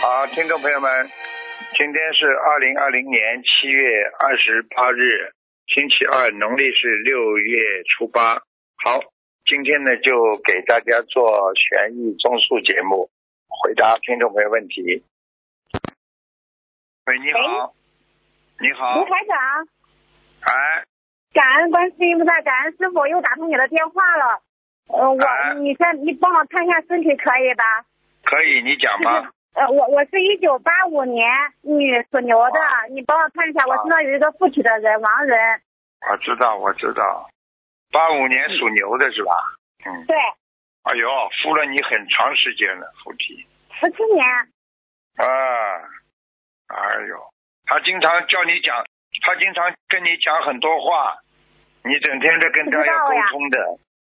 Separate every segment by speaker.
Speaker 1: 好，听众朋友们，今天是二零二零年七月二十八日，星期二，农历是六月初八。好，今天呢就给大家做悬疑综述节目，回答听众朋友问题。喂，你好，你好
Speaker 2: 卢，台长，
Speaker 1: 哎，
Speaker 2: 感恩观世音菩萨，感恩师傅又打通你的电话了。呃，我、
Speaker 1: 哎
Speaker 2: 你先你帮我看一下身体可以吧？
Speaker 1: 可以，你讲
Speaker 2: 就
Speaker 1: 吧
Speaker 2: 是。呃，我我是一九八五年女属牛的，你帮我看一下，我身上有一个附体的人亡人，
Speaker 1: 我知道，我知道，八五年属牛的是吧？嗯，
Speaker 2: 对，
Speaker 1: 哎呦，敷了你很长时间了，附体。
Speaker 2: 十七年，
Speaker 1: 啊，哎呦，他经常叫你讲，他经常跟你讲很多话，你整天的跟他
Speaker 2: 知
Speaker 1: 要
Speaker 2: 道
Speaker 1: 沟
Speaker 2: 呀
Speaker 1: 通的，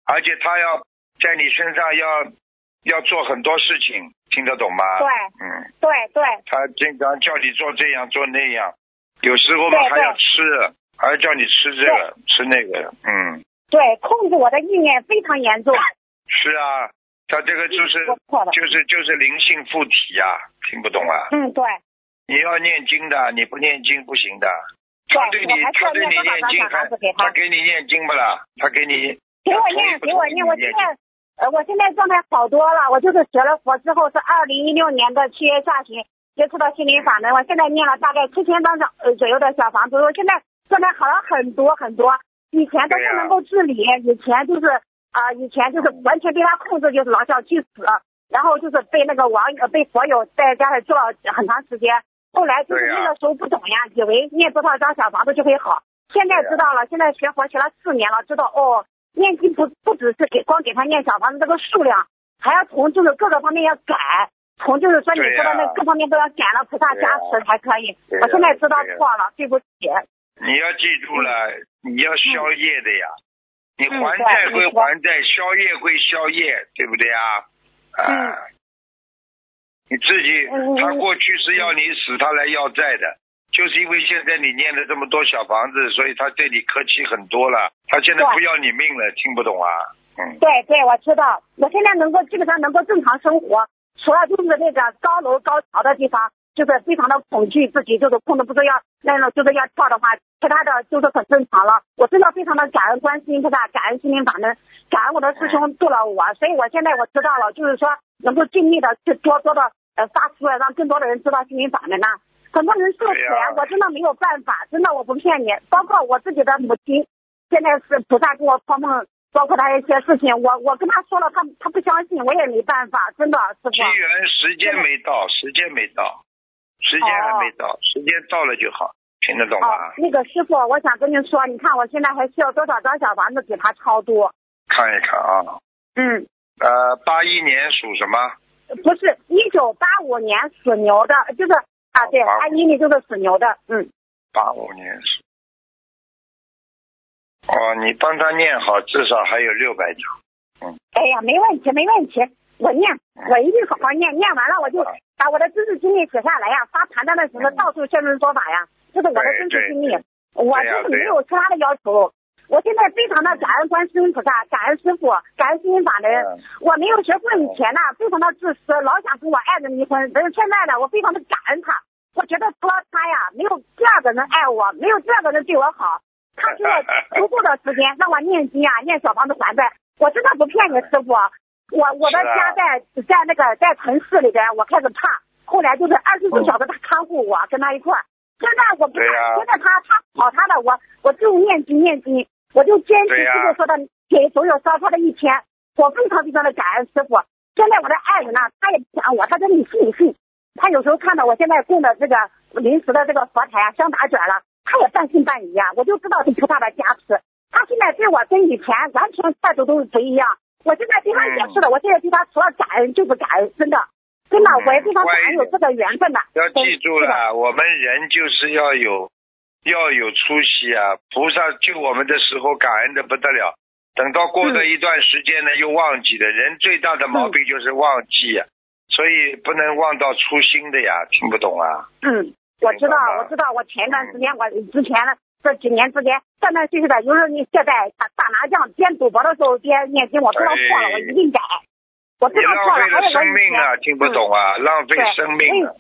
Speaker 1: 而且他要在你身上要要做很多事情，听得懂吗？
Speaker 2: 对
Speaker 1: 嗯，
Speaker 2: 对对
Speaker 1: 他经常叫你做这样做那样，有时候嘛
Speaker 2: 对
Speaker 1: 还要
Speaker 2: 对
Speaker 1: 吃，还要叫你吃这个吃那个，嗯，
Speaker 2: 对，控制我的意念非常严重，
Speaker 1: 是啊，他这个就是
Speaker 2: 我错了，
Speaker 1: 就是就是灵性附体呀、听不懂啊？
Speaker 2: 嗯对，
Speaker 1: 你要念经的，你不念经不行的。他对
Speaker 2: 对，
Speaker 1: 你
Speaker 2: 我还，
Speaker 1: 他
Speaker 2: 靠
Speaker 1: 对
Speaker 2: 念
Speaker 1: 你
Speaker 2: 多少
Speaker 1: 念
Speaker 2: 张
Speaker 1: 经
Speaker 2: 小
Speaker 1: 还
Speaker 2: 房子给，
Speaker 1: 他
Speaker 2: 他？
Speaker 1: 给你念经不啦？他给你，
Speaker 2: 给我
Speaker 1: 他同意
Speaker 2: 念，
Speaker 1: 不
Speaker 2: 给我
Speaker 1: 同意你
Speaker 2: 念，我现
Speaker 1: 念经
Speaker 2: 在呃，我现在状态好多了。我就是学了佛之后，是二零一六年的七月下旬接触到心灵法门，我现在念了大概七千张左呃左右的小房子，我现在状态好了很多很多。以前都
Speaker 1: 对呀
Speaker 2: 不能够自理，以前就是啊、以前就是完全被他控制，就是老想去死，然后就是被那个网友、被佛友在家里住了很长时间。后来就是
Speaker 1: 对呀
Speaker 2: 那个时候不懂呀，以为念多少张小房子就会好。现在知道了，现在学佛学了四年了，知道哦，念经不不只是给光给他念小房子这个数量，还要从就是各个方面要改，从就是说你
Speaker 1: 对呀
Speaker 2: 说的那各方面都要改了，菩萨加持才可以。
Speaker 1: 对呀
Speaker 2: 我现在知道
Speaker 1: 对呀
Speaker 2: 错了，对不起。
Speaker 1: 你要记住了，你要消业的呀。你
Speaker 2: 嗯
Speaker 1: 还债
Speaker 2: 对
Speaker 1: 归
Speaker 2: 你说
Speaker 1: 还债，消业归消业，对不对啊？啊
Speaker 2: 嗯，
Speaker 1: 你自己
Speaker 2: 嗯，
Speaker 1: 他过去是要你死，他来要债的。就是因为现在你念了这么多小房子，所以他对你客气很多了。他现在
Speaker 2: 对
Speaker 1: 不要你命了，听不懂啊？嗯，
Speaker 2: 对对，我知道，我现在能够基本上能够正常生活，除了就是那个高楼高桥的地方，就是非常的恐惧，自己就是控制不住要那种就是要跳的话，其他的就是很正常了。我真的非常的感恩观世音菩萨，感恩心灵法门，感恩我的师兄救了我，所以我现在我知道了，就是说能够尽力的去多多的呃发出来，让更多的人知道心灵法门呐、很多人受
Speaker 1: 对
Speaker 2: 苦
Speaker 1: 呀
Speaker 2: 我真的没有办法，真的我不骗你，包括我自己的母亲，现在是菩萨给我托梦，包括他一些事情，我我跟他说了，他他不相信，我也没办法，真的师
Speaker 1: 机
Speaker 2: 傅。哦
Speaker 1: 缘时间没到，时间没到，时间还没到，时间到了就好，听得懂
Speaker 2: 哦
Speaker 1: 吗？，
Speaker 2: 那个师傅，我想跟您说，你看我现在还需要多少张小房子给他超度？
Speaker 1: 看一看啊，
Speaker 2: 嗯，
Speaker 1: 呃，八一年属什么？
Speaker 2: 不是，一九八五年属牛的，就是啊，对，
Speaker 1: 哦85
Speaker 2: 阿妮妮就是属牛的，嗯，
Speaker 1: 八五年属。哦，你帮他念好，至少还有六百张。
Speaker 2: 哎呀，没问题，没问题，我念，我一定好好念，念完了我就
Speaker 1: 啊
Speaker 2: 把我的知识经历写下来呀，发传单的时候
Speaker 1: 嗯哎
Speaker 2: 到处宣传说法呀，这是我的真
Speaker 1: 对
Speaker 2: 实经历，我
Speaker 1: 对呀
Speaker 2: 就是
Speaker 1: 对
Speaker 2: 没
Speaker 1: 呀
Speaker 2: 有其他的要求。我现在非常的感恩观世音菩萨，感恩师傅，感恩心灵法门。
Speaker 1: 嗯
Speaker 2: 我没有学佛以前呢，
Speaker 1: 哦
Speaker 2: 非常的自私，老想跟我爱人离婚。但是现在呢，我非常的感恩他，我觉得除了他呀，没有第二个人爱我，没有第二个人对我好。他给我足够的时间让我念经 啊，念小房子还债。我真的不骗你，师傅，我我的
Speaker 1: 是啊
Speaker 2: 家在在那个在城市里边，我开始怕。后来就是二十四小时他看护我，跟他一块儿。现在我不
Speaker 1: 哦对呀
Speaker 2: 怕，现在他他跑他的，我我就念经念经，我就坚持
Speaker 1: 对呀
Speaker 2: 师傅说的给所有烧他的一天，我非常非常的感恩师傅。现在我的爱人呢，他也不想我，他说你信你信。他有时候看到我现在供的这个临时的这个佛台啊，香打卷了，他也半信半疑啊。我就知道是菩萨的加持。他现在对我跟以前完全态度都是不一样。我现在对他也是的，我现在对他除了感恩就是感恩，真的，真的
Speaker 1: 嗯，
Speaker 2: 我也非常感恩有这个缘分的。
Speaker 1: 要记住
Speaker 2: 是的
Speaker 1: 了，我们人就是要有要有出息啊！菩萨救我们的时候感恩的不得了，等到
Speaker 2: 嗯
Speaker 1: 过了一段时间呢，又忘记了。人最大的毛病就是忘记呀、所以不能忘到初心的呀，听不懂啊？
Speaker 2: 嗯， 我知道
Speaker 1: 明白，了
Speaker 2: 我知道，我前段时间，我之前呢这几年之间断断续续的，有时候你现在打打麻将边赌博的时候边念经，我知道错了，
Speaker 1: 哎
Speaker 2: 我一定改。我知
Speaker 1: 你
Speaker 2: 道
Speaker 1: 浪
Speaker 2: 错了，
Speaker 1: 费
Speaker 2: 还有
Speaker 1: 了
Speaker 2: 我
Speaker 1: 生
Speaker 2: 以
Speaker 1: 命啊
Speaker 2: 前哎
Speaker 1: 啊，听不懂啊，浪费生命啊！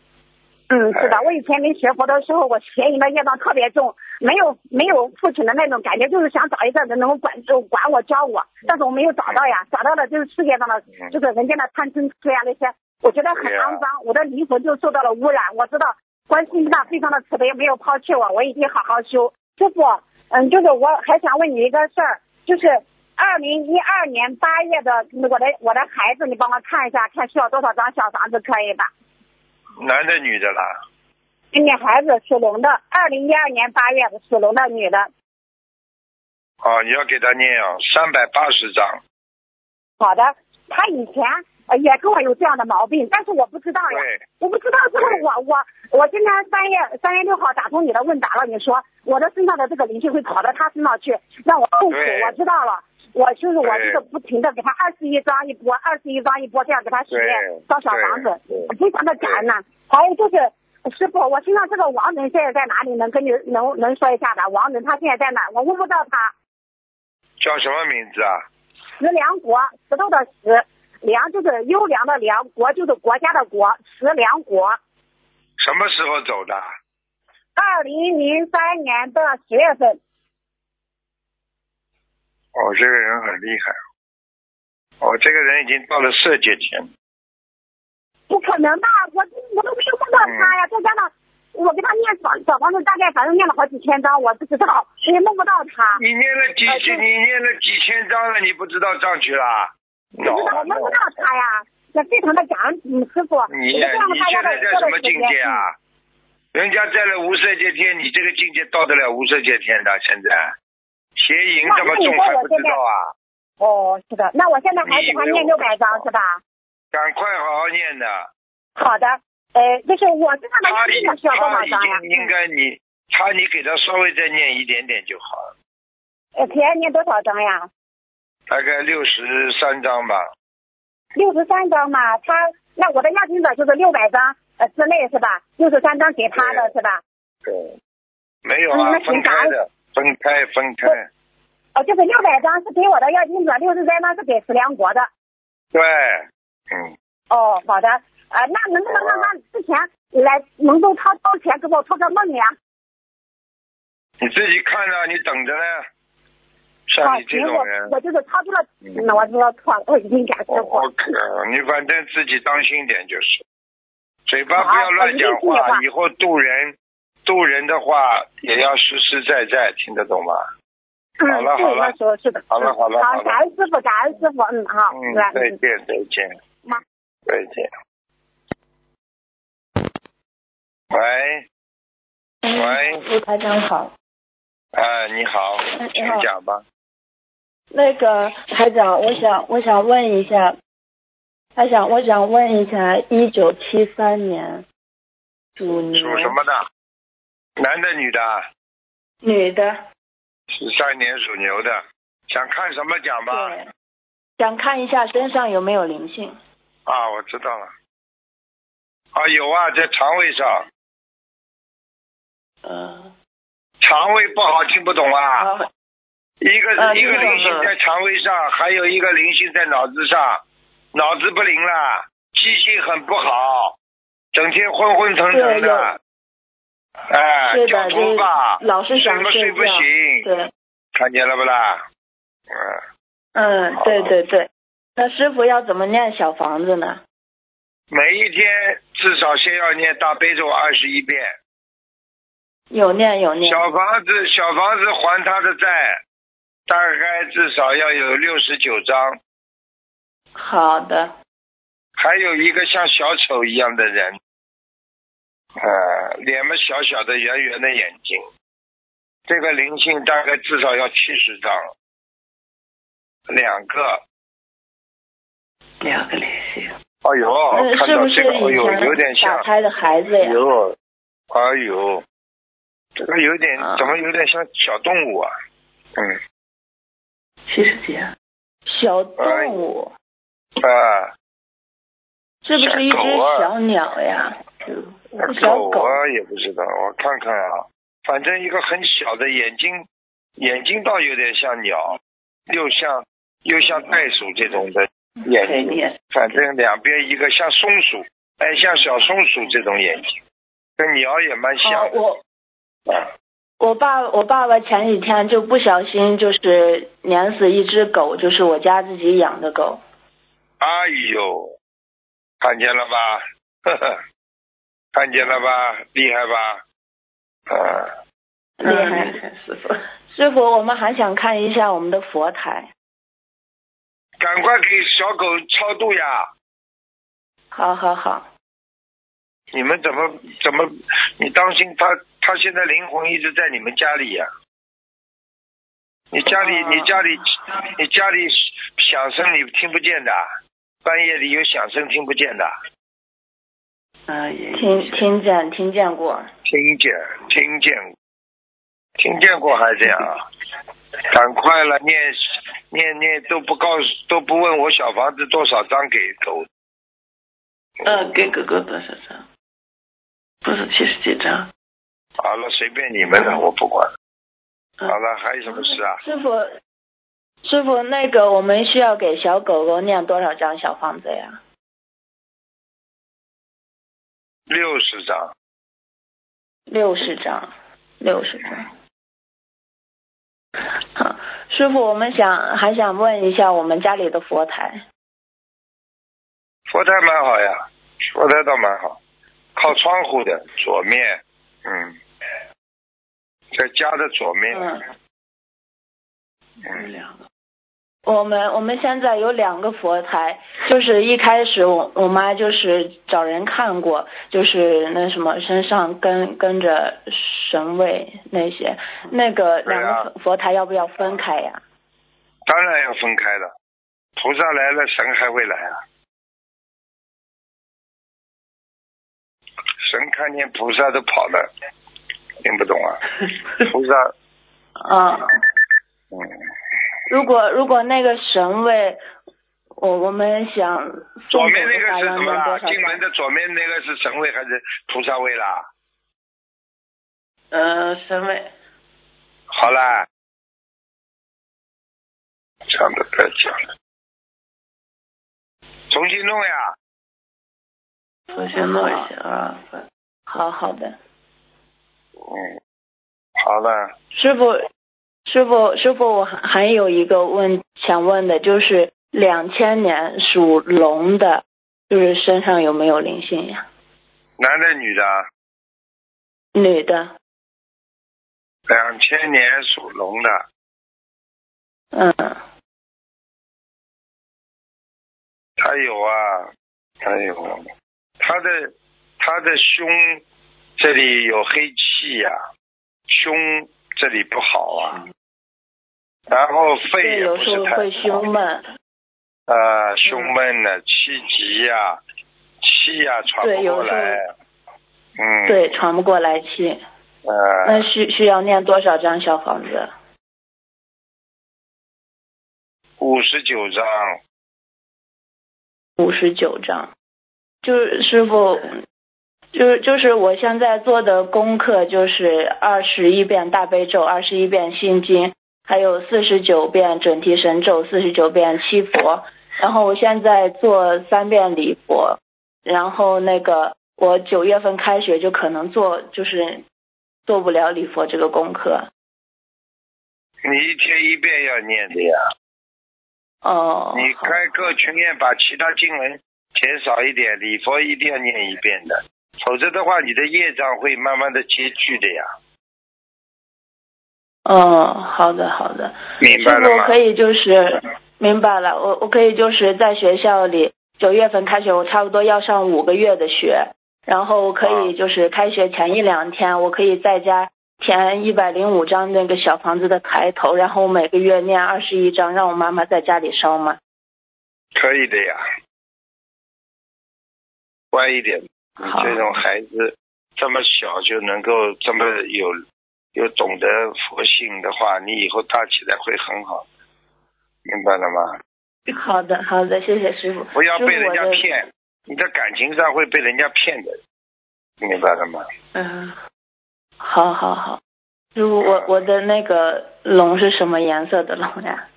Speaker 2: 嗯，是的，我以前没学佛的时候，我邪淫的业障特别重，没有没有父亲的那种感觉，就是想找一个人能够管住、管我、教我，但是我没有找到呀，找到的就是世界上的，就是人间的贪嗔痴呀那些，我觉得很
Speaker 1: 对呀
Speaker 2: 肮脏，我的灵魂就受到了污染。我知道观世音菩萨非常的慈悲，没有抛弃我，我已经好好修。师傅，嗯，就是我还想问你一个事儿，就是二零一二年八月的我的我的孩子，你帮我看一下，看需要多少张小房子可以吧？
Speaker 1: 男的女的啦？
Speaker 2: 今年孩子属龙的，二零一二年八月属龙的女的。
Speaker 1: 哦，你要给他念啊，三百八十章。
Speaker 2: 哎好的，她以前呃也跟我有这样的毛病，但是我不知道呀，
Speaker 1: 对，
Speaker 2: 我不知道之后我我我今天三月三月六号打通你的问答了，你说我的身上的这个灵性会跑到她身上去，让我痛苦，
Speaker 1: 对
Speaker 2: 我知道了。我就是我
Speaker 1: 对
Speaker 2: 就是不停的给她二十一张一波，二十一张一波这样给她许
Speaker 1: 对
Speaker 2: 愿造小房子，非常的感恩呐、还有就是师傅，我身上这个王人现在在哪里？能跟你能能说一下吧？王人他现在在哪？我问不到他。
Speaker 1: 叫什么名字啊？
Speaker 2: 石梁国，石头的石，梁就是优良的良，国就是国家的国，石梁国。
Speaker 1: 什么时候走的？啊
Speaker 2: 二零零三年的十月份，
Speaker 1: 哦，这个人很厉害。哦，这个人已经到了色界天。
Speaker 2: 不可能吧？我我都没有梦到他呀，再加上我给他念小小房子，大概反正念了好几千张，我不知道，也梦不到他。
Speaker 1: 你念了几
Speaker 2: 啊
Speaker 1: 千？
Speaker 2: 对
Speaker 1: 你念了几千章了？你不知道上去啊啦？
Speaker 2: 不知道，我梦不到他呀。那非常的感恩你师傅，
Speaker 1: 你
Speaker 2: 也这样
Speaker 1: 你
Speaker 2: 大
Speaker 1: 现
Speaker 2: 家
Speaker 1: 在
Speaker 2: 的
Speaker 1: 在什么境界啊？
Speaker 2: 嗯
Speaker 1: 人家在了无色界天，你这个境界到得了无色界天的？现在邪淫这么重还不知道啊？
Speaker 2: 哦，是的，那我现在还给他念六百张是吧？
Speaker 1: 赶快好好念的。
Speaker 2: 好的，呃，就是我身上的
Speaker 1: 他已
Speaker 2: 业障需要多
Speaker 1: 他
Speaker 2: 少
Speaker 1: 已
Speaker 2: 张呀？
Speaker 1: 经应该你他你给他稍微再念一点点就好了，
Speaker 2: 呃，可要念多少张呀？
Speaker 1: 大概六十三章吧。
Speaker 2: 六十三张嘛，他那我的押金者就是六百张呃之内是吧？六十三张给他的是吧？
Speaker 1: 对，没有啊
Speaker 2: 嗯那，行
Speaker 1: 分开的，分开分开。
Speaker 2: 哦，就是六百张是给我的押金者，六十三张是给石良国的。
Speaker 1: 对，嗯，
Speaker 2: 哦，好的，呃，那能不能让他
Speaker 1: 哦
Speaker 2: 之前来能够掏掏钱给我做个梦呀？
Speaker 1: 你自己看着，你等着呢。
Speaker 2: 啊
Speaker 1: 像你，这
Speaker 2: 行，
Speaker 1: 种人
Speaker 2: 我，我就是超出了，
Speaker 1: 嗯哦
Speaker 2: 那我知道错了，我已经感谢
Speaker 1: 我
Speaker 2: 我。
Speaker 1: 我靠，你反正自己当心点就是，嘴巴
Speaker 2: 好
Speaker 1: 不要乱讲
Speaker 2: 我一定听你
Speaker 1: 话
Speaker 2: 话，
Speaker 1: 以后渡人渡人的话也要实实在在，听得懂吗？
Speaker 2: 嗯，
Speaker 1: 哦好 了好
Speaker 2: 是
Speaker 1: 了
Speaker 2: 那时候是的。
Speaker 1: 好了
Speaker 2: 嗯
Speaker 1: 好了好
Speaker 2: 好，
Speaker 1: 了
Speaker 2: 感恩师傅，感恩师傅，嗯，好，
Speaker 1: 嗯
Speaker 2: 是吧，
Speaker 1: 再
Speaker 2: 嗯
Speaker 1: 见再见
Speaker 2: 妈，
Speaker 1: 再见。喂，喂，
Speaker 3: 陆台长好，
Speaker 1: 啊，你好，
Speaker 2: 嗯
Speaker 3: 哎你
Speaker 1: 请
Speaker 3: 好
Speaker 1: 讲吧。
Speaker 3: 那个台长，我想我想问一下，台长，我想问一下，一九七三年属牛，
Speaker 1: 属什么的？男的女的？
Speaker 3: 女的，
Speaker 1: 十三年属牛的，想看什么讲吧？
Speaker 3: 对，想看一下身上有没有灵性，
Speaker 1: 啊，我知道了。啊，有啊，在肠胃上，
Speaker 3: 呃，
Speaker 1: 肠胃不好，听不懂啊。
Speaker 3: 啊
Speaker 1: 一个、
Speaker 3: 啊
Speaker 1: 一个
Speaker 3: 听懂
Speaker 1: 灵性
Speaker 3: 了
Speaker 1: 在肠胃上，还有一个灵性在脑子上，脑子不灵了，记性很不好，整天昏昏沉沉
Speaker 3: 对
Speaker 1: 的
Speaker 3: 有。
Speaker 1: 哎，
Speaker 3: 对
Speaker 1: 掉
Speaker 3: 的，
Speaker 1: 头发，
Speaker 3: 就是老是
Speaker 1: 睡
Speaker 3: 想
Speaker 1: 不睡
Speaker 3: 睡
Speaker 1: 不
Speaker 3: 觉，
Speaker 1: 醒，
Speaker 3: 对，
Speaker 1: 看见了不啦？嗯，
Speaker 3: 嗯，对对对，那师傅要怎么念小房子呢？
Speaker 1: 每一天至少先要念大悲咒二十一遍。
Speaker 3: 有念有念，
Speaker 1: 小房子，小房子还他的债，大概至少要有六十九张。
Speaker 3: 好的，
Speaker 1: 还有一个像小丑一样的人，呃，脸嘛小小的，圆圆的眼睛，这个灵性大概至少要七十张，两个。
Speaker 3: 两个灵性，
Speaker 1: 哎呦，
Speaker 3: 那
Speaker 1: 看
Speaker 3: 呃
Speaker 1: 到
Speaker 3: 是不
Speaker 1: 这个，哎
Speaker 3: 是以
Speaker 1: 呦，有点
Speaker 3: 前打
Speaker 1: 像，
Speaker 3: 胎的孩子
Speaker 1: 哎
Speaker 3: 呀？
Speaker 1: 呦，哎呦，这个有点
Speaker 3: 啊
Speaker 1: 怎么有点像小动物啊？嗯。
Speaker 3: 七十几啊？小动物、
Speaker 1: 啊，
Speaker 3: 是不是一只
Speaker 4: 啊
Speaker 3: 小鸟呀？
Speaker 1: 那
Speaker 3: 小
Speaker 1: 狗
Speaker 3: 狗
Speaker 1: 啊也不知道，我看看啊，反正一个很小的眼睛，眼睛倒有点像鸟，又像又像袋鼠这种的眼
Speaker 3: 对
Speaker 1: 睛，
Speaker 3: 你也
Speaker 1: 反正两边一个像松鼠，哎，像小松鼠这种眼睛，这鸟也蛮小
Speaker 3: 哦，
Speaker 1: 的，啊
Speaker 3: 我我爸我爸爸前几天就不小心就是碾死一只狗，就是我家自己养的狗。
Speaker 1: 哎呦，看见了 吧？呵呵，看见了吧？厉害吧？啊，
Speaker 3: 厉害
Speaker 4: 厉害，师傅。
Speaker 3: 师傅，我们还想看一下我们的佛台。
Speaker 1: 赶快给小狗超度呀！
Speaker 3: 好好好，
Speaker 1: 你们怎么怎么？你当心它，它现在灵魂一直在你们家里呀、你家里，
Speaker 3: 哦
Speaker 1: 你家里，你家里响声你听不见的，半夜里有响声听不见的，
Speaker 4: 啊，也
Speaker 3: 呃听听见听见过。
Speaker 1: 听见听见听见过还这样啊？赶快了，念念念都不告诉都不问我小房子多少张给狗，
Speaker 4: 呃，给哥哥多少张？不是七十几张。
Speaker 1: 好了，随便你们了，我不管。
Speaker 4: 嗯
Speaker 1: 好了，还有什么事啊？
Speaker 3: 呃师傅，师傅，那个我们需要给小狗狗念多少张小房子呀？
Speaker 1: 六十张。
Speaker 3: 六十张，六十张。好，师傅，我们想还想问一下我们家里的佛台，
Speaker 1: 佛台蛮好呀，佛台倒蛮好，靠窗户的左面，嗯，在家的左面，嗯
Speaker 3: 嗯，
Speaker 4: 有两个。
Speaker 3: 我们我们现在有两个佛台，就是一开始我我妈就是找人看过，就是那什么身上跟跟着神位那些，那个
Speaker 1: 对
Speaker 3: 两
Speaker 1: 啊
Speaker 3: 个佛佛台要不要分开 呀？
Speaker 1: 当然要分开了。菩萨来了，神还会来啊。神看见菩萨都跑了，听不懂啊？菩萨，
Speaker 3: 嗯。
Speaker 1: 嗯，
Speaker 3: 如果如果那个神位，我我们想
Speaker 1: 左
Speaker 3: 送走
Speaker 1: 面那
Speaker 3: 的
Speaker 1: 个
Speaker 3: 话，
Speaker 1: 是
Speaker 3: 要
Speaker 1: 什么啊
Speaker 3: 念多
Speaker 1: 啦？
Speaker 3: 少
Speaker 1: 进门
Speaker 3: 张？
Speaker 1: 的左面那个是神位还是菩萨位啦？
Speaker 4: 呃，三位。
Speaker 1: 好啦，讲都不要讲了，重新弄呀。
Speaker 4: 我先弄一下啊。
Speaker 3: 好好的，
Speaker 1: 嗯，好了，
Speaker 3: 师傅，师傅，师傅，我还还有一个问想问的，就是两千年属龙的，就是身上有没有灵性呀？
Speaker 1: 男的女的，
Speaker 3: 女的，
Speaker 1: 两千年属龙的，
Speaker 3: 嗯，
Speaker 1: 他有啊，他有，啊他的他的胸这里有黑气呀、胸这里不好啊，然后肺
Speaker 3: 对，
Speaker 1: 也
Speaker 3: 有
Speaker 1: 不
Speaker 3: 时候
Speaker 1: 是太
Speaker 3: 会
Speaker 1: 好
Speaker 3: 胸闷，
Speaker 1: 啊，胸闷呢，气急呀、气呀、喘不
Speaker 3: 对有
Speaker 1: 过
Speaker 3: 时候
Speaker 1: 来。嗯，
Speaker 3: 对，喘不过来气，那
Speaker 1: 呃，
Speaker 3: 需需要念多少张小房子？
Speaker 1: 五十九张，
Speaker 3: 五十九章，就是师傅，就是就是我现在做的功课就是二十一遍大悲咒，二十一遍心经，还有四十九遍准提神咒，四十九遍七佛，然后我现在做三遍礼佛，然后那个我九月份开学就可能做就是做不了礼佛这个功课，
Speaker 1: 你一天一遍要念的呀。
Speaker 3: 哦，
Speaker 1: 你
Speaker 3: 好
Speaker 1: 开各群念，把其他经文减少一点，礼佛一定要念一遍的，否则的话，你的业障会慢慢的积聚的呀。
Speaker 3: 哦，好的好的，
Speaker 1: 明白
Speaker 3: 师
Speaker 1: 了
Speaker 3: 傅
Speaker 1: 吗？
Speaker 3: 可以就是明白了，我我可以就是在学校里，九月份开学，我差不多要上五个月的学，然后我可
Speaker 1: 啊
Speaker 3: 以就是开学前一两天，我可以在家填一百零五张那个小房子的抬头，然后每个月念二十一张，让我妈妈在家里烧嘛。
Speaker 1: 可以的呀，乖一点。你
Speaker 3: 好
Speaker 1: 这种孩子这么小就能够这么有有懂得佛性的话，你以后大起来会很好，明白了吗？
Speaker 3: 好的，好的，谢谢师傅。
Speaker 1: 不要
Speaker 3: 师
Speaker 1: 被
Speaker 3: 傅
Speaker 1: 人
Speaker 3: 我
Speaker 1: 家
Speaker 3: 的
Speaker 1: 骗，你在感情上会被人家骗的，明白了吗？
Speaker 4: 嗯，
Speaker 3: 好好好，师傅，
Speaker 1: 嗯
Speaker 3: 我我的那个龙是什么颜色的龙呀？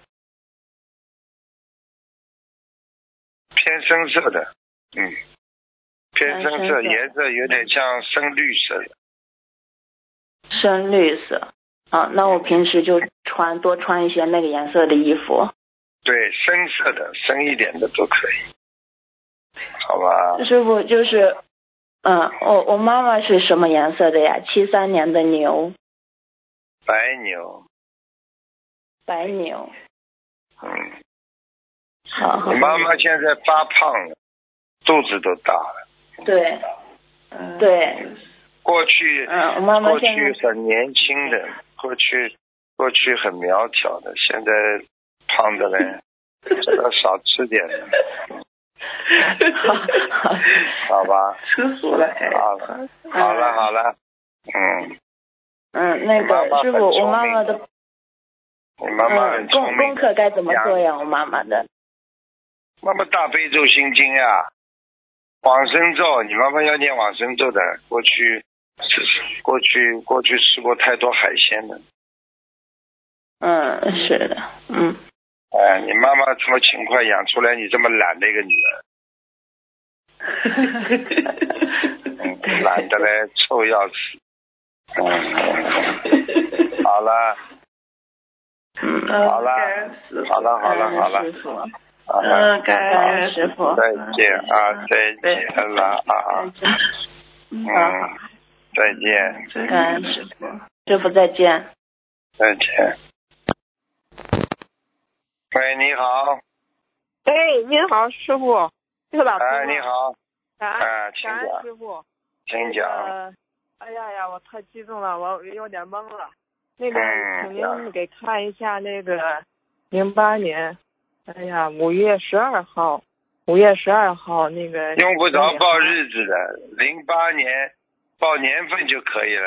Speaker 1: 偏深色的，嗯，偏深
Speaker 3: 深
Speaker 1: 色，
Speaker 3: 色
Speaker 1: 颜色有点像深绿色的。
Speaker 3: 深绿色。啊，那我平时就穿多穿一些那个颜色的衣服。
Speaker 1: 对，深色的、深一点的都可以，好吧？
Speaker 3: 呃师傅就是，嗯，我我妈妈是什么颜色的呀？七三年的牛，
Speaker 1: 白牛，
Speaker 3: 白牛。
Speaker 1: 嗯，
Speaker 3: 好好
Speaker 1: 你。妈妈现在发胖了，肚子都大了。
Speaker 3: 对
Speaker 4: 嗯，
Speaker 3: 对，
Speaker 1: 过去，
Speaker 3: 嗯，我妈妈
Speaker 1: 过
Speaker 3: 现
Speaker 1: 去
Speaker 3: 在
Speaker 1: 很年轻的，过去过去很苗条的，现在胖的 嘞，要少吃点，
Speaker 3: 好好
Speaker 1: 好吧？
Speaker 4: 吃素了还。
Speaker 1: 好了，好了，好了，嗯，
Speaker 3: 嗯，那
Speaker 1: 妈妈
Speaker 3: 个师傅，
Speaker 1: 很
Speaker 3: 我
Speaker 1: 聪
Speaker 3: 妈
Speaker 1: 明
Speaker 3: 妈的
Speaker 1: 你妈妈
Speaker 3: 嗯
Speaker 1: 很聪
Speaker 3: 功功
Speaker 1: 明，
Speaker 3: 课该怎么做呀？我妈妈的
Speaker 1: 妈妈大悲咒心经啊，往生咒，你妈妈要念往生咒的，过去。过去过去吃过太多海鲜了，
Speaker 3: 嗯是的，嗯
Speaker 1: 哎，你妈妈这么勤快养出来你这么懒的一个女儿，嗯，懒得嘞，臭要 死。嗯，好了，
Speaker 3: 嗯
Speaker 4: 嗯
Speaker 1: 好了
Speaker 4: 感恩师父
Speaker 1: 好了，好了，好了
Speaker 3: 嗯，师傅，
Speaker 1: 好了，
Speaker 4: 嗯，感恩师傅。
Speaker 1: 再见啊，
Speaker 3: 嗯
Speaker 1: 再见了啊啊，
Speaker 4: 嗯
Speaker 1: 嗯，再见，
Speaker 4: 再见
Speaker 3: 感恩师傅，嗯师傅再见。
Speaker 1: 再见。喂，你好，
Speaker 5: 哎，您好，师傅，这个老师
Speaker 1: 哎，
Speaker 5: 傅
Speaker 1: 你，好，
Speaker 5: 感恩
Speaker 1: 哎，请
Speaker 5: 感恩
Speaker 1: 讲，
Speaker 5: 师傅，
Speaker 1: 请讲，
Speaker 5: 呃，哎呀呀，我太激动了，我有点懵了。那个，
Speaker 1: 嗯
Speaker 5: 请您给看一下那个零八年，哎呀，五月十二号，五月十二号那个
Speaker 1: 用不着报日子的，零八年报年份就可以了，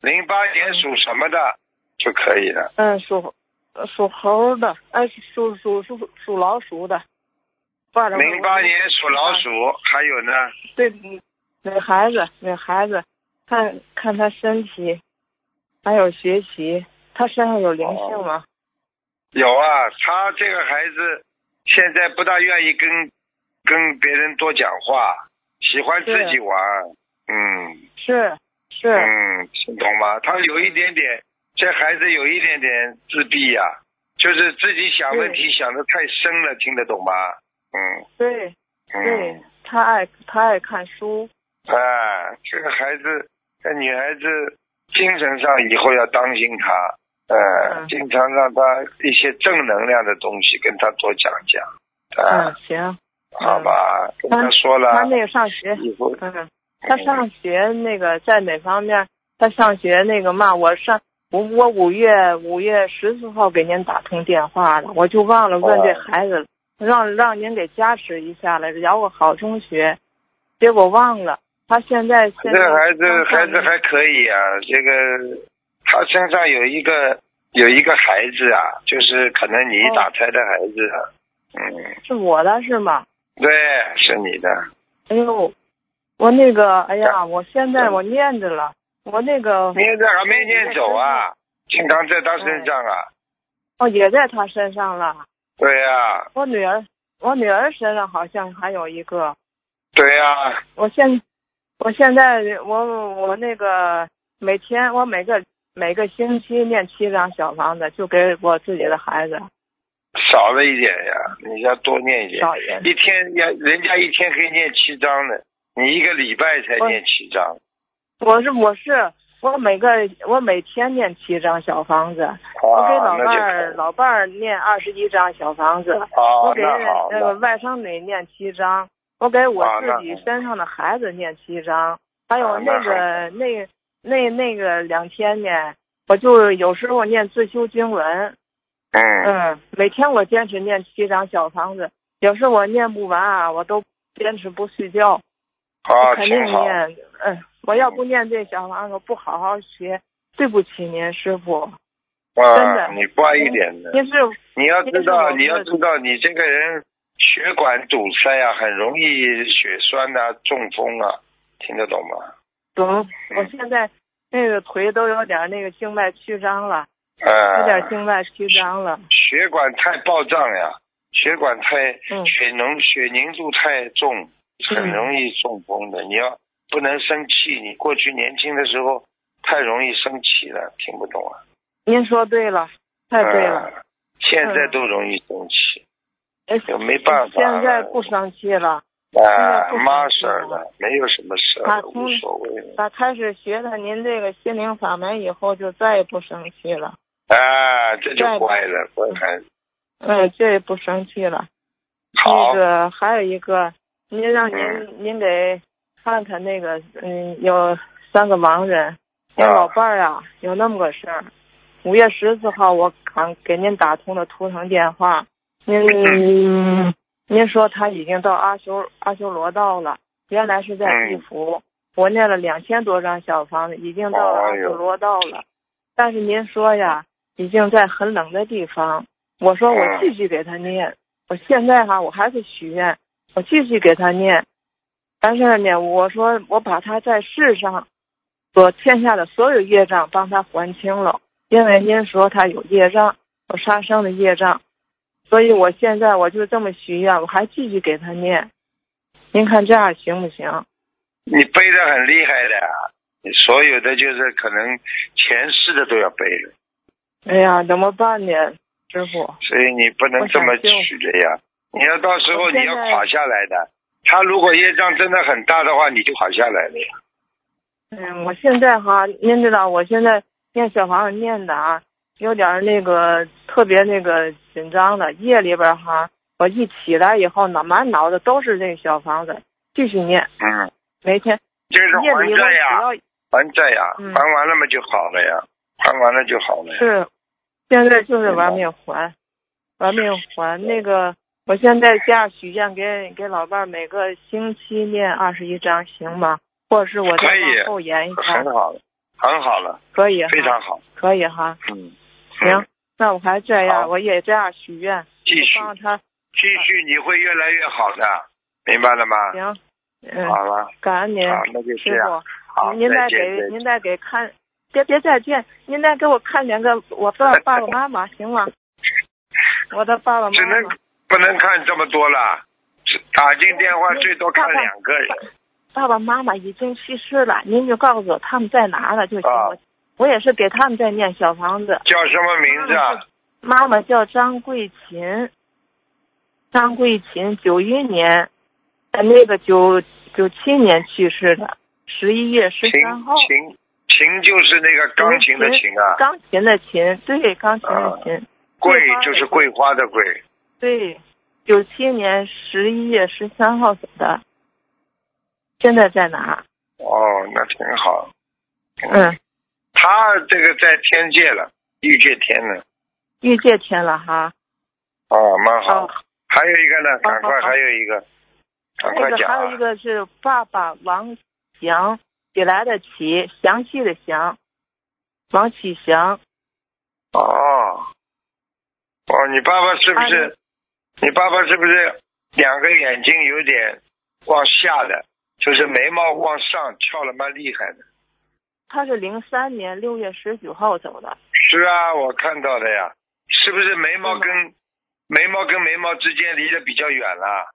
Speaker 1: 零八年属什么的就可以了，
Speaker 5: 嗯，属属猴的，哎，属属属属老鼠的，挂着
Speaker 1: 零八年属老鼠，还有呢，
Speaker 5: 对，那孩子，那孩子，看看他身体，还有学习，他身上有灵性吗？
Speaker 1: 哦有啊，他这个孩子现在不大愿意跟跟别人多讲话，喜欢自己玩。嗯
Speaker 5: 是是，
Speaker 1: 嗯，听懂吗？他有一点点，
Speaker 5: 嗯
Speaker 1: 这孩子有一点点自闭呀、就是自己想问题想的太深了，听得懂吗？嗯
Speaker 5: 对对
Speaker 1: 嗯，，
Speaker 5: 他爱他爱看书，
Speaker 1: 哎，这个孩子，这女孩子精神上以后要当心她，呃，
Speaker 5: 嗯
Speaker 1: 经常让她一些正能量的东西跟她多讲讲，啊、
Speaker 5: 嗯，行，
Speaker 1: 好吧，跟他说了，
Speaker 5: 他那个上学，
Speaker 1: 以后
Speaker 5: 嗯，他上学那个在哪方面？他上学那个嘛，我上我我五月五月十四号给您打通电话了，我就忘了问这
Speaker 1: 哦
Speaker 5: 孩子了，让让您给加持一下了，聊个好中学，结果忘了。他现在
Speaker 1: 这
Speaker 5: 现在
Speaker 1: 个孩子
Speaker 5: 刚上
Speaker 1: 孩子还可以啊，这个他身上有一个有一个孩子啊，就是可能你打胎的孩子啊，
Speaker 5: 哦
Speaker 1: 嗯，
Speaker 5: 是我的是吗？
Speaker 1: 对，是你的，
Speaker 5: 哎呦，我那个哎呀，我现在我念着了，我那个
Speaker 1: 啊你这还没念走啊，经常在他身上啊，
Speaker 5: 哦也在他身上了。
Speaker 1: 对呀、啊，
Speaker 5: 我女儿，我女儿身上好像还有一个。
Speaker 1: 对呀、啊，
Speaker 5: 我现，我现在我我那个每天我每个每个星期念七张小房子，就给我自己的孩子
Speaker 1: 少了一点呀、你要多念一点，
Speaker 5: 少爷。
Speaker 1: 一天要人家一天可以念七章的，你一个礼拜才念七章，
Speaker 5: 我是我是我每个我每天念七张小房子，哦我给
Speaker 1: 啊
Speaker 5: 老，伴
Speaker 1: 那就可
Speaker 5: 儿
Speaker 1: 以
Speaker 5: 老伴儿念二十一张小房子，
Speaker 1: 啊
Speaker 5: 我，给
Speaker 1: 那好，
Speaker 5: 那
Speaker 1: 那
Speaker 5: 个外甥女念七张，我给我
Speaker 1: 啊那
Speaker 5: 自己
Speaker 1: 好
Speaker 5: 身上的孩子念七张，还有
Speaker 1: 啊那
Speaker 5: 那个那那那个两天呢，我就有时候念自修经文，
Speaker 1: 嗯，
Speaker 5: 嗯，每天我坚持念七张小房子，有时候我念不完啊，我都坚持不睡觉，
Speaker 1: 好，
Speaker 5: 肯定
Speaker 1: 哦挺好。
Speaker 5: 念，嗯，我要不念这小房子，我不好好学，对不起您师傅，真
Speaker 1: 哇，
Speaker 5: 的
Speaker 1: 你乖一点的。
Speaker 5: 您是
Speaker 1: 你要知
Speaker 5: 因为
Speaker 1: 道，
Speaker 5: 我
Speaker 1: 你要
Speaker 5: 是
Speaker 1: 知道，你这个人血管堵塞啊，很容易血栓呐、中风啊，听得懂吗？
Speaker 5: 懂，
Speaker 1: 嗯
Speaker 5: 我现在那个腿都有点那个静脉曲张了。有
Speaker 1: 啊、
Speaker 5: 点静脉曲张了。
Speaker 1: 血管太暴胀呀，血管太、
Speaker 5: 嗯
Speaker 1: 血浓血凝度太重，很容易中风
Speaker 5: 嗯
Speaker 1: 的。你要不能生气，你过去年轻的时候太容易生气了，听不懂啊。
Speaker 5: 您说对了，太对了，
Speaker 1: 啊现在都容易生气，
Speaker 5: 哎
Speaker 1: 就没办法了
Speaker 5: 现在不生气了，
Speaker 1: 啊，
Speaker 5: 嗯不
Speaker 1: 妈
Speaker 5: 生气
Speaker 1: 事儿
Speaker 5: 了
Speaker 1: 了，没有什么事
Speaker 5: 啊
Speaker 1: 儿，无
Speaker 5: 嗯
Speaker 1: 所谓了。
Speaker 5: 打开始学了您这个心灵法门以后，就再也不生气了，
Speaker 1: 啊，这就
Speaker 5: 对
Speaker 1: 乖了，乖孩子。
Speaker 5: 嗯，再也不生气了。
Speaker 1: 好
Speaker 5: 那，个还有一个，您让您、
Speaker 1: 嗯
Speaker 5: 您给看看那个，嗯，有三个盲人，那
Speaker 1: 啊
Speaker 5: 老伴儿啊，有那么个事儿。五月十四号我刚给您打通了图腾电话，您、
Speaker 1: 嗯
Speaker 5: 您说他已经到阿修阿修罗道了，原来是在
Speaker 1: 嗯
Speaker 5: 地府，我念了两千多张小房子，已经到了阿
Speaker 1: 哎呦
Speaker 5: 修罗道了。但是您说呀，已经在很冷的地方，我说我
Speaker 1: 嗯
Speaker 5: 继续给他念，我现在哈、我还是许愿，我继续给他念，但是呢，我说我把他在世上所欠下的所有业障帮他还清了，因为您说他有业障，有杀生的业障，所以我现在我就这么许愿，我还继续给他念，您看这样行不行？
Speaker 1: 你背的很厉害的啊，你所有的就是可能前世的都要背了，
Speaker 5: 哎呀，怎么办呢，师傅？
Speaker 1: 所以你不能
Speaker 5: 我
Speaker 1: 这
Speaker 5: 想
Speaker 1: 么
Speaker 5: 就
Speaker 1: 取的呀。你要到时候
Speaker 5: 我
Speaker 1: 你
Speaker 5: 现
Speaker 1: 要
Speaker 5: 在
Speaker 1: 垮下来的，他如果业障真的很大的话，你就垮下来了呀。
Speaker 5: 嗯，我现在哈，您知道，我现在念小房子念的啊，有点儿那个特别那个紧张的。夜里边儿哈，我一起来以后，脑满脑子都是这个小房子，继续念，
Speaker 1: 嗯，
Speaker 5: 每天
Speaker 1: 就是
Speaker 5: 夜里
Speaker 1: 还
Speaker 5: 我
Speaker 1: 债呀。
Speaker 5: 只
Speaker 1: 还债呀，
Speaker 5: 嗯
Speaker 1: 还完了嘛就好了呀，还完了就好了
Speaker 5: 要
Speaker 1: 呀。
Speaker 5: 是，现在就是玩命还，玩命还那个。我现在加许愿给给老伴儿每个星期念二十一章，行吗？或者是我再
Speaker 1: 可以
Speaker 5: 往后延一下
Speaker 1: 很，好了，很好了，
Speaker 5: 可以哈，
Speaker 1: 非常好。
Speaker 5: 可以哈。
Speaker 1: 嗯，
Speaker 5: 嗯行
Speaker 1: 嗯，
Speaker 5: 那我还这
Speaker 1: 好
Speaker 5: 样，我也这样许愿，
Speaker 1: 继续啊
Speaker 5: 帮他
Speaker 1: 继续，你会越来越好的，明白了吗？
Speaker 5: 行。嗯，
Speaker 1: 好了，
Speaker 5: 感恩您，
Speaker 1: 好，那就这
Speaker 5: 师
Speaker 1: 样。
Speaker 5: 傅，
Speaker 1: 好，
Speaker 5: 您再
Speaker 1: 再见，
Speaker 5: 给
Speaker 1: 再见。
Speaker 5: 您再给看，别别再见，您再给我看两个我爸爸爸妈妈行吗？我的爸爸
Speaker 1: 只
Speaker 5: 妈
Speaker 1: 能
Speaker 5: 妈，
Speaker 1: 不能看这么多了，只打进电话最多看两个人。
Speaker 5: 嗯爸爸妈妈已经去世了，您就告诉我他们在哪儿了就行。
Speaker 1: 啊
Speaker 5: 我我也是给他们在念小房子，
Speaker 1: 叫什么名字
Speaker 5: 嗯
Speaker 1: 啊？
Speaker 5: 妈妈叫张桂琴，张桂琴九一年，呃，那个九九七年去世的，十一月十
Speaker 1: 琴
Speaker 5: 三号。
Speaker 1: 琴琴就是那个钢琴的琴啊，
Speaker 5: 钢琴的琴，对，钢琴的琴，
Speaker 1: 桂
Speaker 5: 桂花的
Speaker 1: 就是桂花的桂。
Speaker 5: 对，九七年十一月十三号走的，现在在哪儿？
Speaker 1: 哦，那挺好。
Speaker 5: 嗯，
Speaker 1: 他这个在天界了，欲界天了，
Speaker 5: 遇见天了哈。
Speaker 1: 啊，蛮好。
Speaker 5: 哦，
Speaker 1: 还有一个呢，赶快
Speaker 5: 好好好
Speaker 1: 还有一个，赶快
Speaker 5: 那个
Speaker 1: 讲
Speaker 5: 还
Speaker 1: 啊
Speaker 5: 有一！个是爸爸王祥，起来的起，详细的详，王启祥。
Speaker 1: 哦，哦，你爸爸是不
Speaker 5: 二
Speaker 1: 是？你爸爸是不是两个眼睛有点往下的，就是眉毛往上翘了蛮厉害的？
Speaker 5: 他是零三年六月十九号走的，
Speaker 1: 是啊，我看到的呀。是不是眉毛
Speaker 5: 是吗
Speaker 1: 跟眉毛跟眉毛之间离得比较远了？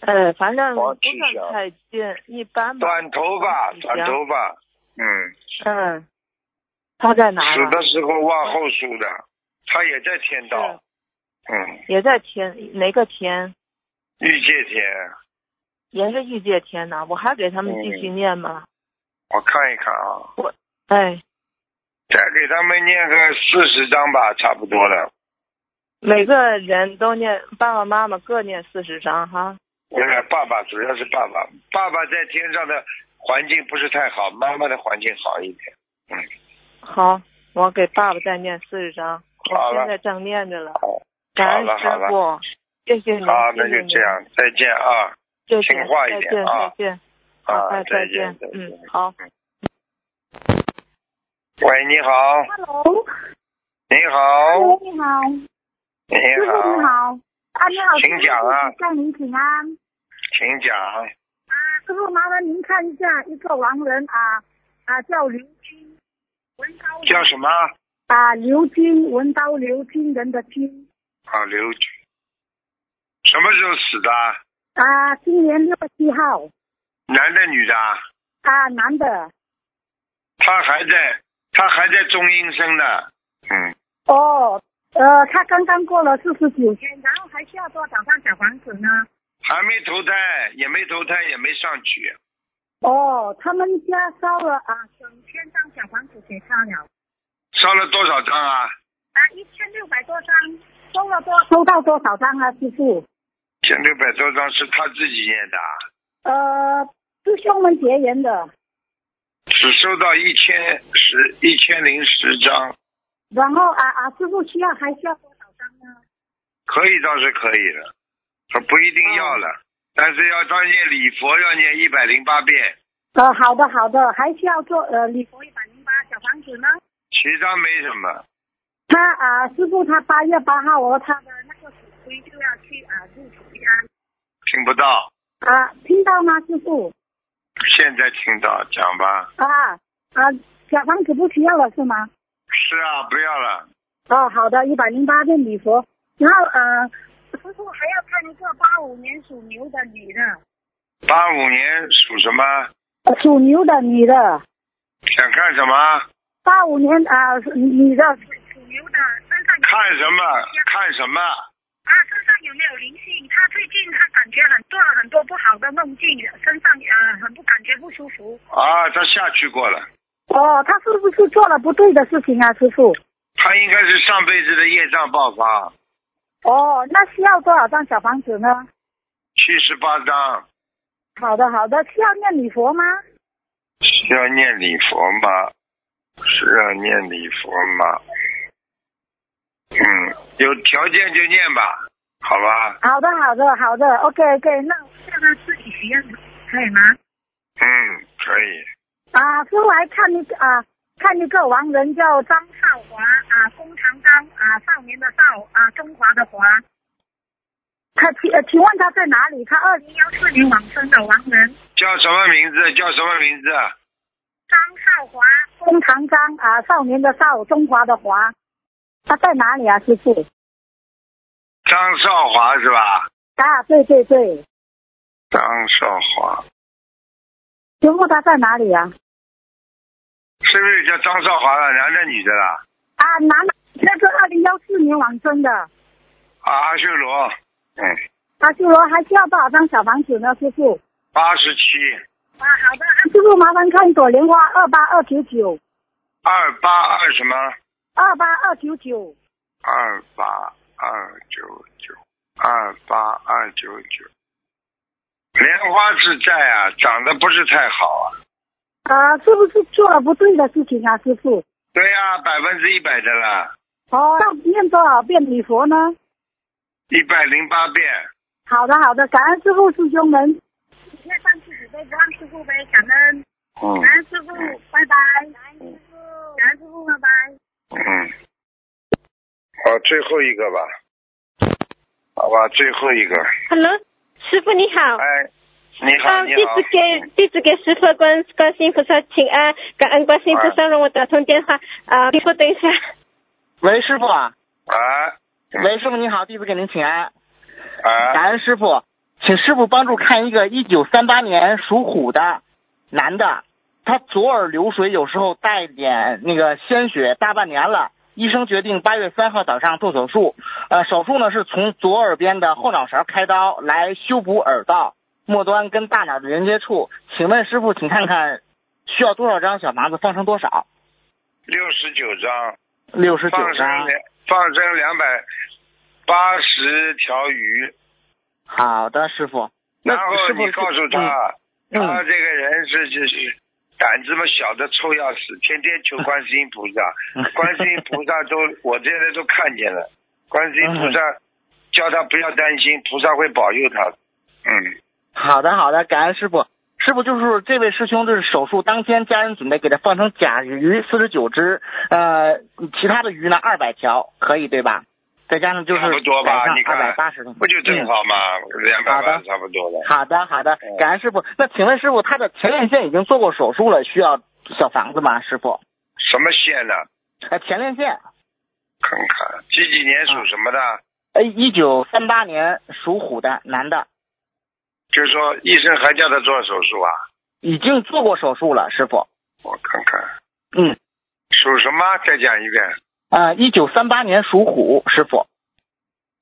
Speaker 5: 呃，反正
Speaker 1: 王
Speaker 5: 不
Speaker 1: 启祥
Speaker 5: 算太近，一般吧。
Speaker 1: 短头发，
Speaker 5: 王启祥
Speaker 1: 短头发，嗯。
Speaker 5: 嗯，他在哪儿
Speaker 1: 死
Speaker 5: 啊？
Speaker 1: 的时候往后数的，他也在天道，嗯，
Speaker 5: 也在天哪个天？
Speaker 1: 欲界天，
Speaker 5: 也是欲界天呐。我还给他们继
Speaker 1: 嗯
Speaker 5: 续念吗？
Speaker 1: 我看一看啊，
Speaker 5: 哎，
Speaker 1: 再给他们念个四十章吧，差不多了。
Speaker 5: 每个人都念，爸爸妈妈各念四十章哈。
Speaker 1: 呃，爸爸主要是爸爸，爸爸在天上的环境不是太好，妈妈的环境好一点。
Speaker 5: 好，我给爸爸再念四十章。
Speaker 1: 好
Speaker 5: 我
Speaker 1: 了
Speaker 5: 现在正念着了，
Speaker 1: 好，
Speaker 5: 感
Speaker 1: 好
Speaker 5: 恩
Speaker 1: 了好
Speaker 5: 师
Speaker 1: 了，
Speaker 5: 傅，谢谢您，
Speaker 1: 好，那
Speaker 5: 谢谢
Speaker 1: 就
Speaker 5: 您，
Speaker 1: 这样，再见啊
Speaker 5: 谢谢，
Speaker 1: 听话一
Speaker 5: 再
Speaker 1: 点
Speaker 5: 见，
Speaker 1: 啊
Speaker 5: 再见，好，
Speaker 1: 啊，
Speaker 5: 拜
Speaker 1: 再
Speaker 5: 再
Speaker 1: 见
Speaker 5: 见
Speaker 1: 再，见
Speaker 5: 嗯。，好。
Speaker 1: 喂，你好，
Speaker 2: Hello，
Speaker 1: 你好，
Speaker 2: 你好，
Speaker 1: 你
Speaker 2: 师傅你
Speaker 1: 好，
Speaker 2: 好，啊，你好，
Speaker 1: 请讲啊
Speaker 2: 师父向您请安。
Speaker 1: 请讲。
Speaker 2: 师傅，麻烦您看一下一个亡人啊啊，叫刘金文刀
Speaker 1: 叫什么？
Speaker 2: 啊，刘金文刀刘金人的金，
Speaker 1: 啊，刘局。什么时候死的？
Speaker 2: 啊，今年六七号
Speaker 1: 男的女的啊？
Speaker 2: 啊，男的。
Speaker 1: 他还在，他还在中阴身呢。嗯，
Speaker 2: 哦，呃，他刚刚过了四十九天，哎然后还需要多少张小房子呢？
Speaker 1: 还没投胎，也没投胎，也没上去。
Speaker 2: 哦，他们家烧了啊，九千张小房子给他了，
Speaker 1: 烧了多少张啊？
Speaker 2: 啊，一千六百多张，收了多收到多少张啊，师傅？
Speaker 1: 千六百多张是他自己念的啊，
Speaker 2: 呃，师兄们结缘的，
Speaker 1: 只收到一千十一千零十张，
Speaker 2: 然后啊啊，师傅需要还需要多少张呢？
Speaker 1: 可以倒是可以了，他不一定要了，但是要当念礼佛要念一百零八遍，
Speaker 2: 呃，好的好的，还需要做呃礼佛一百零八小房子呢。
Speaker 1: 其他没什么。
Speaker 2: 他啊、师傅他八月八号哦，他的那个骨灰就要去啊、入土呀。
Speaker 1: 听不到，
Speaker 2: 啊，听到吗，师傅？
Speaker 1: 现在听到，讲吧。
Speaker 2: 啊啊，小房子不需要了是吗？
Speaker 1: 是啊，不要了，
Speaker 2: 哦，好的，一百零八遍礼佛。然后呃，师傅还要看一个八五年属牛的女的，
Speaker 1: 八五年属什么？
Speaker 2: 呃属牛的女的，
Speaker 1: 想看什么？
Speaker 2: 八五年啊、呃女的属牛的身上
Speaker 1: 看什么？看什么？
Speaker 2: 啊身上有没有灵性？她最近她感觉很做了很多不好的梦境，身上呃很不感觉不舒服。
Speaker 1: 啊，他下去过了，
Speaker 2: 哦，她是不是做了不对的事情啊，师傅？
Speaker 1: 他应该是上辈子的业障爆发，
Speaker 2: 哦，那需要多少张小房子呢？
Speaker 1: 七十八章
Speaker 2: 好的，好的，需要念礼佛吗？
Speaker 1: 需要念礼佛吗？是要念礼佛吗？嗯，有条件就念吧，好吧。
Speaker 2: 好的，好的，好的，OK OK，那让他自己许愿可以吗？
Speaker 1: 嗯，可以。
Speaker 2: 啊，师傅还看一个啊，看一个亡人叫张少华啊，弓长张啊，少年的少啊，中华的华。他请呃，请问他在哪里？他二零幺四年往生的亡人
Speaker 1: 叫什么名字？叫什么名字？
Speaker 2: 张少华，弓长张啊，少年的少，中华的华。他在哪里啊，师傅？
Speaker 1: 张少华是吧？
Speaker 2: 啊，对对对，
Speaker 1: 张少华
Speaker 2: 师傅他在哪里啊？
Speaker 1: 是不是叫张少华了？男的女的啦？
Speaker 2: 啊，男的，那个二零幺四年往生的。
Speaker 1: 啊，阿修罗，嗯，
Speaker 2: 阿修罗还需要多少张小房子呢，师傅？
Speaker 1: 八十七
Speaker 2: 啊，好的，啊、师傅麻烦看一朵莲花二八二九九
Speaker 1: 二八二什么？
Speaker 2: 二八二九九
Speaker 1: 二八二九九二八二九九。莲花自在啊，长得不是太好啊。
Speaker 2: 啊，是不是做了不对的事情啊，师傅？
Speaker 1: 对呀、百分之一百的啦，
Speaker 2: 哦，要念多少遍礼佛呢？
Speaker 1: 一百零八遍。
Speaker 2: 好的，好的，感恩师傅师兄们。那上自己呗，不让师傅呗，感恩，
Speaker 1: 嗯
Speaker 2: 恩师傅，拜拜，感恩师傅，感恩师傅，拜拜。
Speaker 1: 嗯。好，最后一个吧。好吧，最后一个。
Speaker 6: Hello，师傅你好。
Speaker 1: 哎，你好，
Speaker 6: 啊，
Speaker 1: 你
Speaker 6: 弟
Speaker 1: 好。
Speaker 6: 子给弟子给师傅观观世音菩萨请安，感恩观世音
Speaker 1: 啊
Speaker 6: 菩萨让我打通电话啊，师傅等一下。
Speaker 7: 喂，师傅啊，
Speaker 1: 啊
Speaker 7: 喂，师傅您好，弟子给您请安，
Speaker 1: 啊
Speaker 7: 感恩师傅，请师傅帮助看一个一九三八年属虎的男的，他左耳流水，有时候带点那个鲜血，大半年了，医生决定八月三号早上做手术，呃，手术呢是从左耳边的后脑勺开刀来修补耳道末端跟大脑的连接处，请问师傅，请看看需要多少张小房子，放生多少？
Speaker 1: 六十九章，
Speaker 7: 六十九
Speaker 1: 放生
Speaker 7: 张。
Speaker 1: 两放生两百八十条鱼，
Speaker 7: 好的，师傅。那
Speaker 1: 然后
Speaker 7: 师傅
Speaker 1: 你
Speaker 7: 是
Speaker 1: 告诉他，
Speaker 7: 嗯嗯
Speaker 1: 他这个人是就是胆子嘛小的臭要死，天天求观世音菩 萨，观世音菩萨都我现在都看见了，观世音菩萨
Speaker 7: 嗯
Speaker 1: 叫他不要担心，菩萨会保佑他的。嗯，
Speaker 7: 好的，好的，感恩师傅。师傅就是这位师兄，就是手术当天，家人准备给他放成甲鱼四十九只，呃，其他的鱼呢二百条，可以对吧？再加上就是
Speaker 1: 差不多吧你看
Speaker 7: 二百八十嗯
Speaker 1: 不就哦正好嘛，两百万差不多了。
Speaker 7: 好的，好的，感恩师傅。那请问师傅，他的前列腺已经做过手术了，需要小房子吗？师傅，
Speaker 1: 什么线呢？
Speaker 7: 呃，前列腺，
Speaker 1: 看看
Speaker 7: 啊
Speaker 1: 几几年属什么的？
Speaker 7: 呃，一九三八年属虎的男的，
Speaker 1: 就是说医生还叫他做手术啊？
Speaker 7: 已经做过手术了，师傅。
Speaker 1: 我看看，
Speaker 7: 嗯，
Speaker 1: 属什么？再讲一遍。
Speaker 7: 啊，一九三八年属虎，师傅。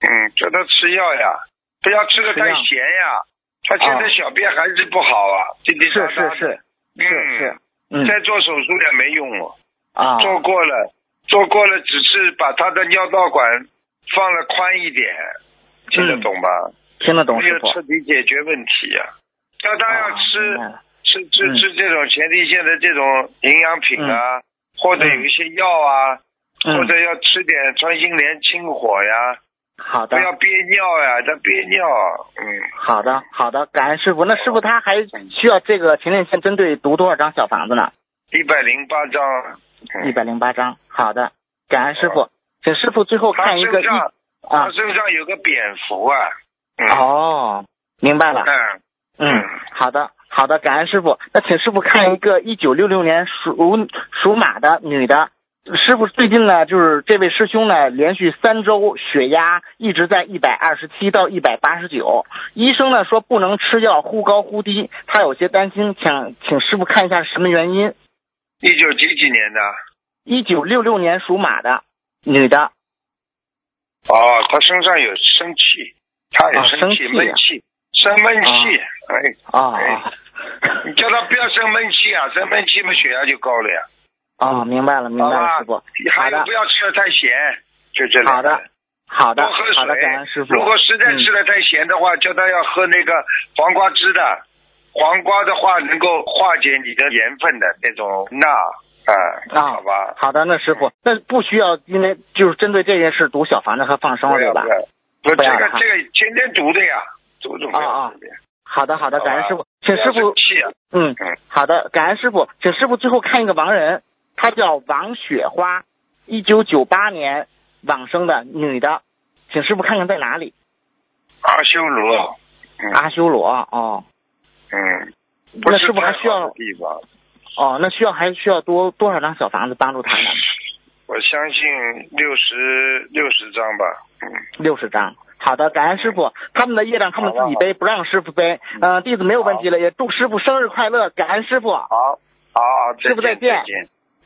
Speaker 1: 嗯，叫他吃药呀，不要吃的太咸呀。他现在
Speaker 7: 啊
Speaker 1: 小便还是不好啊，滴滴
Speaker 7: 是
Speaker 1: 答答
Speaker 7: 是
Speaker 1: 的。
Speaker 7: 是
Speaker 1: 嗯
Speaker 7: 是是，嗯
Speaker 1: 再做手术也没用哦，
Speaker 7: 啊，
Speaker 1: 做过了，做过了，只是把他的尿道管放了宽一点，听得懂吧？
Speaker 7: 听得嗯懂
Speaker 1: 没有
Speaker 7: 师傅。
Speaker 1: 彻底解决问题呀、要当然要吃、
Speaker 7: 啊明白了
Speaker 1: 吃吃
Speaker 7: 嗯
Speaker 1: 吃这种前列腺的这种营养品啊，或者有一些药啊，或
Speaker 7: 嗯，
Speaker 1: 者要吃点穿心莲清火呀，
Speaker 7: 好
Speaker 1: 不
Speaker 7: 的，
Speaker 1: 要憋尿呀，他憋尿，嗯，
Speaker 7: 好的，好的，感恩师傅。那师傅他还需要这个前列腺针对读多少张小房子呢？
Speaker 1: 一百零八章，
Speaker 7: 一
Speaker 1: 嗯，
Speaker 7: 百零八张。好的，感恩师傅。请师傅最后
Speaker 1: 他
Speaker 7: 看一个
Speaker 1: 身
Speaker 7: 一
Speaker 1: 上
Speaker 7: 啊
Speaker 1: 他，身上有个蝙蝠啊，嗯，
Speaker 7: 哦，明白了。
Speaker 1: 嗯，
Speaker 7: 嗯，好的，好的，感恩师傅。那请师傅看一个一九六六年属属马的女的。师傅最近呢，就是这位师兄呢，连续三周血压一直在一百二十七到一百八十九，医生呢说不能吃药，忽高忽低，他有些担心，请请师傅看一下什么原因。
Speaker 1: 一九几几年的？
Speaker 7: 一九六六年属马的女的，
Speaker 1: 哦，他身上有生气，他有
Speaker 7: 啊
Speaker 1: 生
Speaker 7: 生
Speaker 1: 气，
Speaker 7: 气
Speaker 1: 闷
Speaker 7: 啊
Speaker 1: 气，生闷气，哎。
Speaker 7: 哦
Speaker 1: 哎你叫他不要生闷气啊，生闷气嘛血压就高了呀。
Speaker 7: 哦，明白了，明
Speaker 1: 好
Speaker 7: 白了，
Speaker 1: 吧
Speaker 7: 师傅，，
Speaker 1: 还
Speaker 7: 好
Speaker 1: 有
Speaker 7: 的
Speaker 1: 不，要吃的太咸，就这两
Speaker 7: 好
Speaker 1: 个
Speaker 7: 的，好的，
Speaker 1: 多喝水。
Speaker 7: 好的，感恩师傅。
Speaker 1: 如果实在
Speaker 7: 嗯
Speaker 1: 吃的太咸的话，叫他要喝那个黄瓜汁的，黄瓜的话能够化解你的盐分的那种钠啊，
Speaker 7: 啊
Speaker 1: 好吧。
Speaker 7: 好的，那师傅，那不需要，因为就是针对这件事读小房子和放生了，
Speaker 1: 不
Speaker 7: 对
Speaker 1: 要
Speaker 7: 吧
Speaker 1: 不？要，不
Speaker 7: 不要
Speaker 1: 这个
Speaker 7: 了哈
Speaker 1: 这个天天读的呀，读的不
Speaker 7: 啊
Speaker 1: 要
Speaker 7: 啊
Speaker 1: 随便
Speaker 7: 好的，好的，
Speaker 1: 好
Speaker 7: 感恩
Speaker 1: 吧
Speaker 7: 师傅，请
Speaker 1: 不要
Speaker 7: 师
Speaker 1: 生
Speaker 7: 傅，
Speaker 1: 气啊，
Speaker 7: 嗯
Speaker 1: 嗯，
Speaker 7: 好的，感恩师傅，请师傅最后看一个亡人，她叫王雪花，一九九八年往生的女的，请师傅看看在哪里？
Speaker 1: 阿修罗，嗯
Speaker 7: 阿修罗哦，
Speaker 1: 嗯，不
Speaker 7: 啊那
Speaker 1: 是
Speaker 7: 师傅还
Speaker 1: 太
Speaker 7: 需
Speaker 1: 好
Speaker 7: 要
Speaker 1: 的地方。
Speaker 7: 哦，那需要还需要多多少张小房子帮助她呢？
Speaker 1: 我相信六十六十张吧，嗯，
Speaker 7: 六十张。好的，感恩师傅，他们的业障他们自己背，不让师傅背。嗯、弟子没有问题了，也祝师傅生日快乐，感恩师傅，
Speaker 1: 好，好，好，
Speaker 7: 师傅
Speaker 1: 再
Speaker 7: 再
Speaker 1: 见，
Speaker 7: 见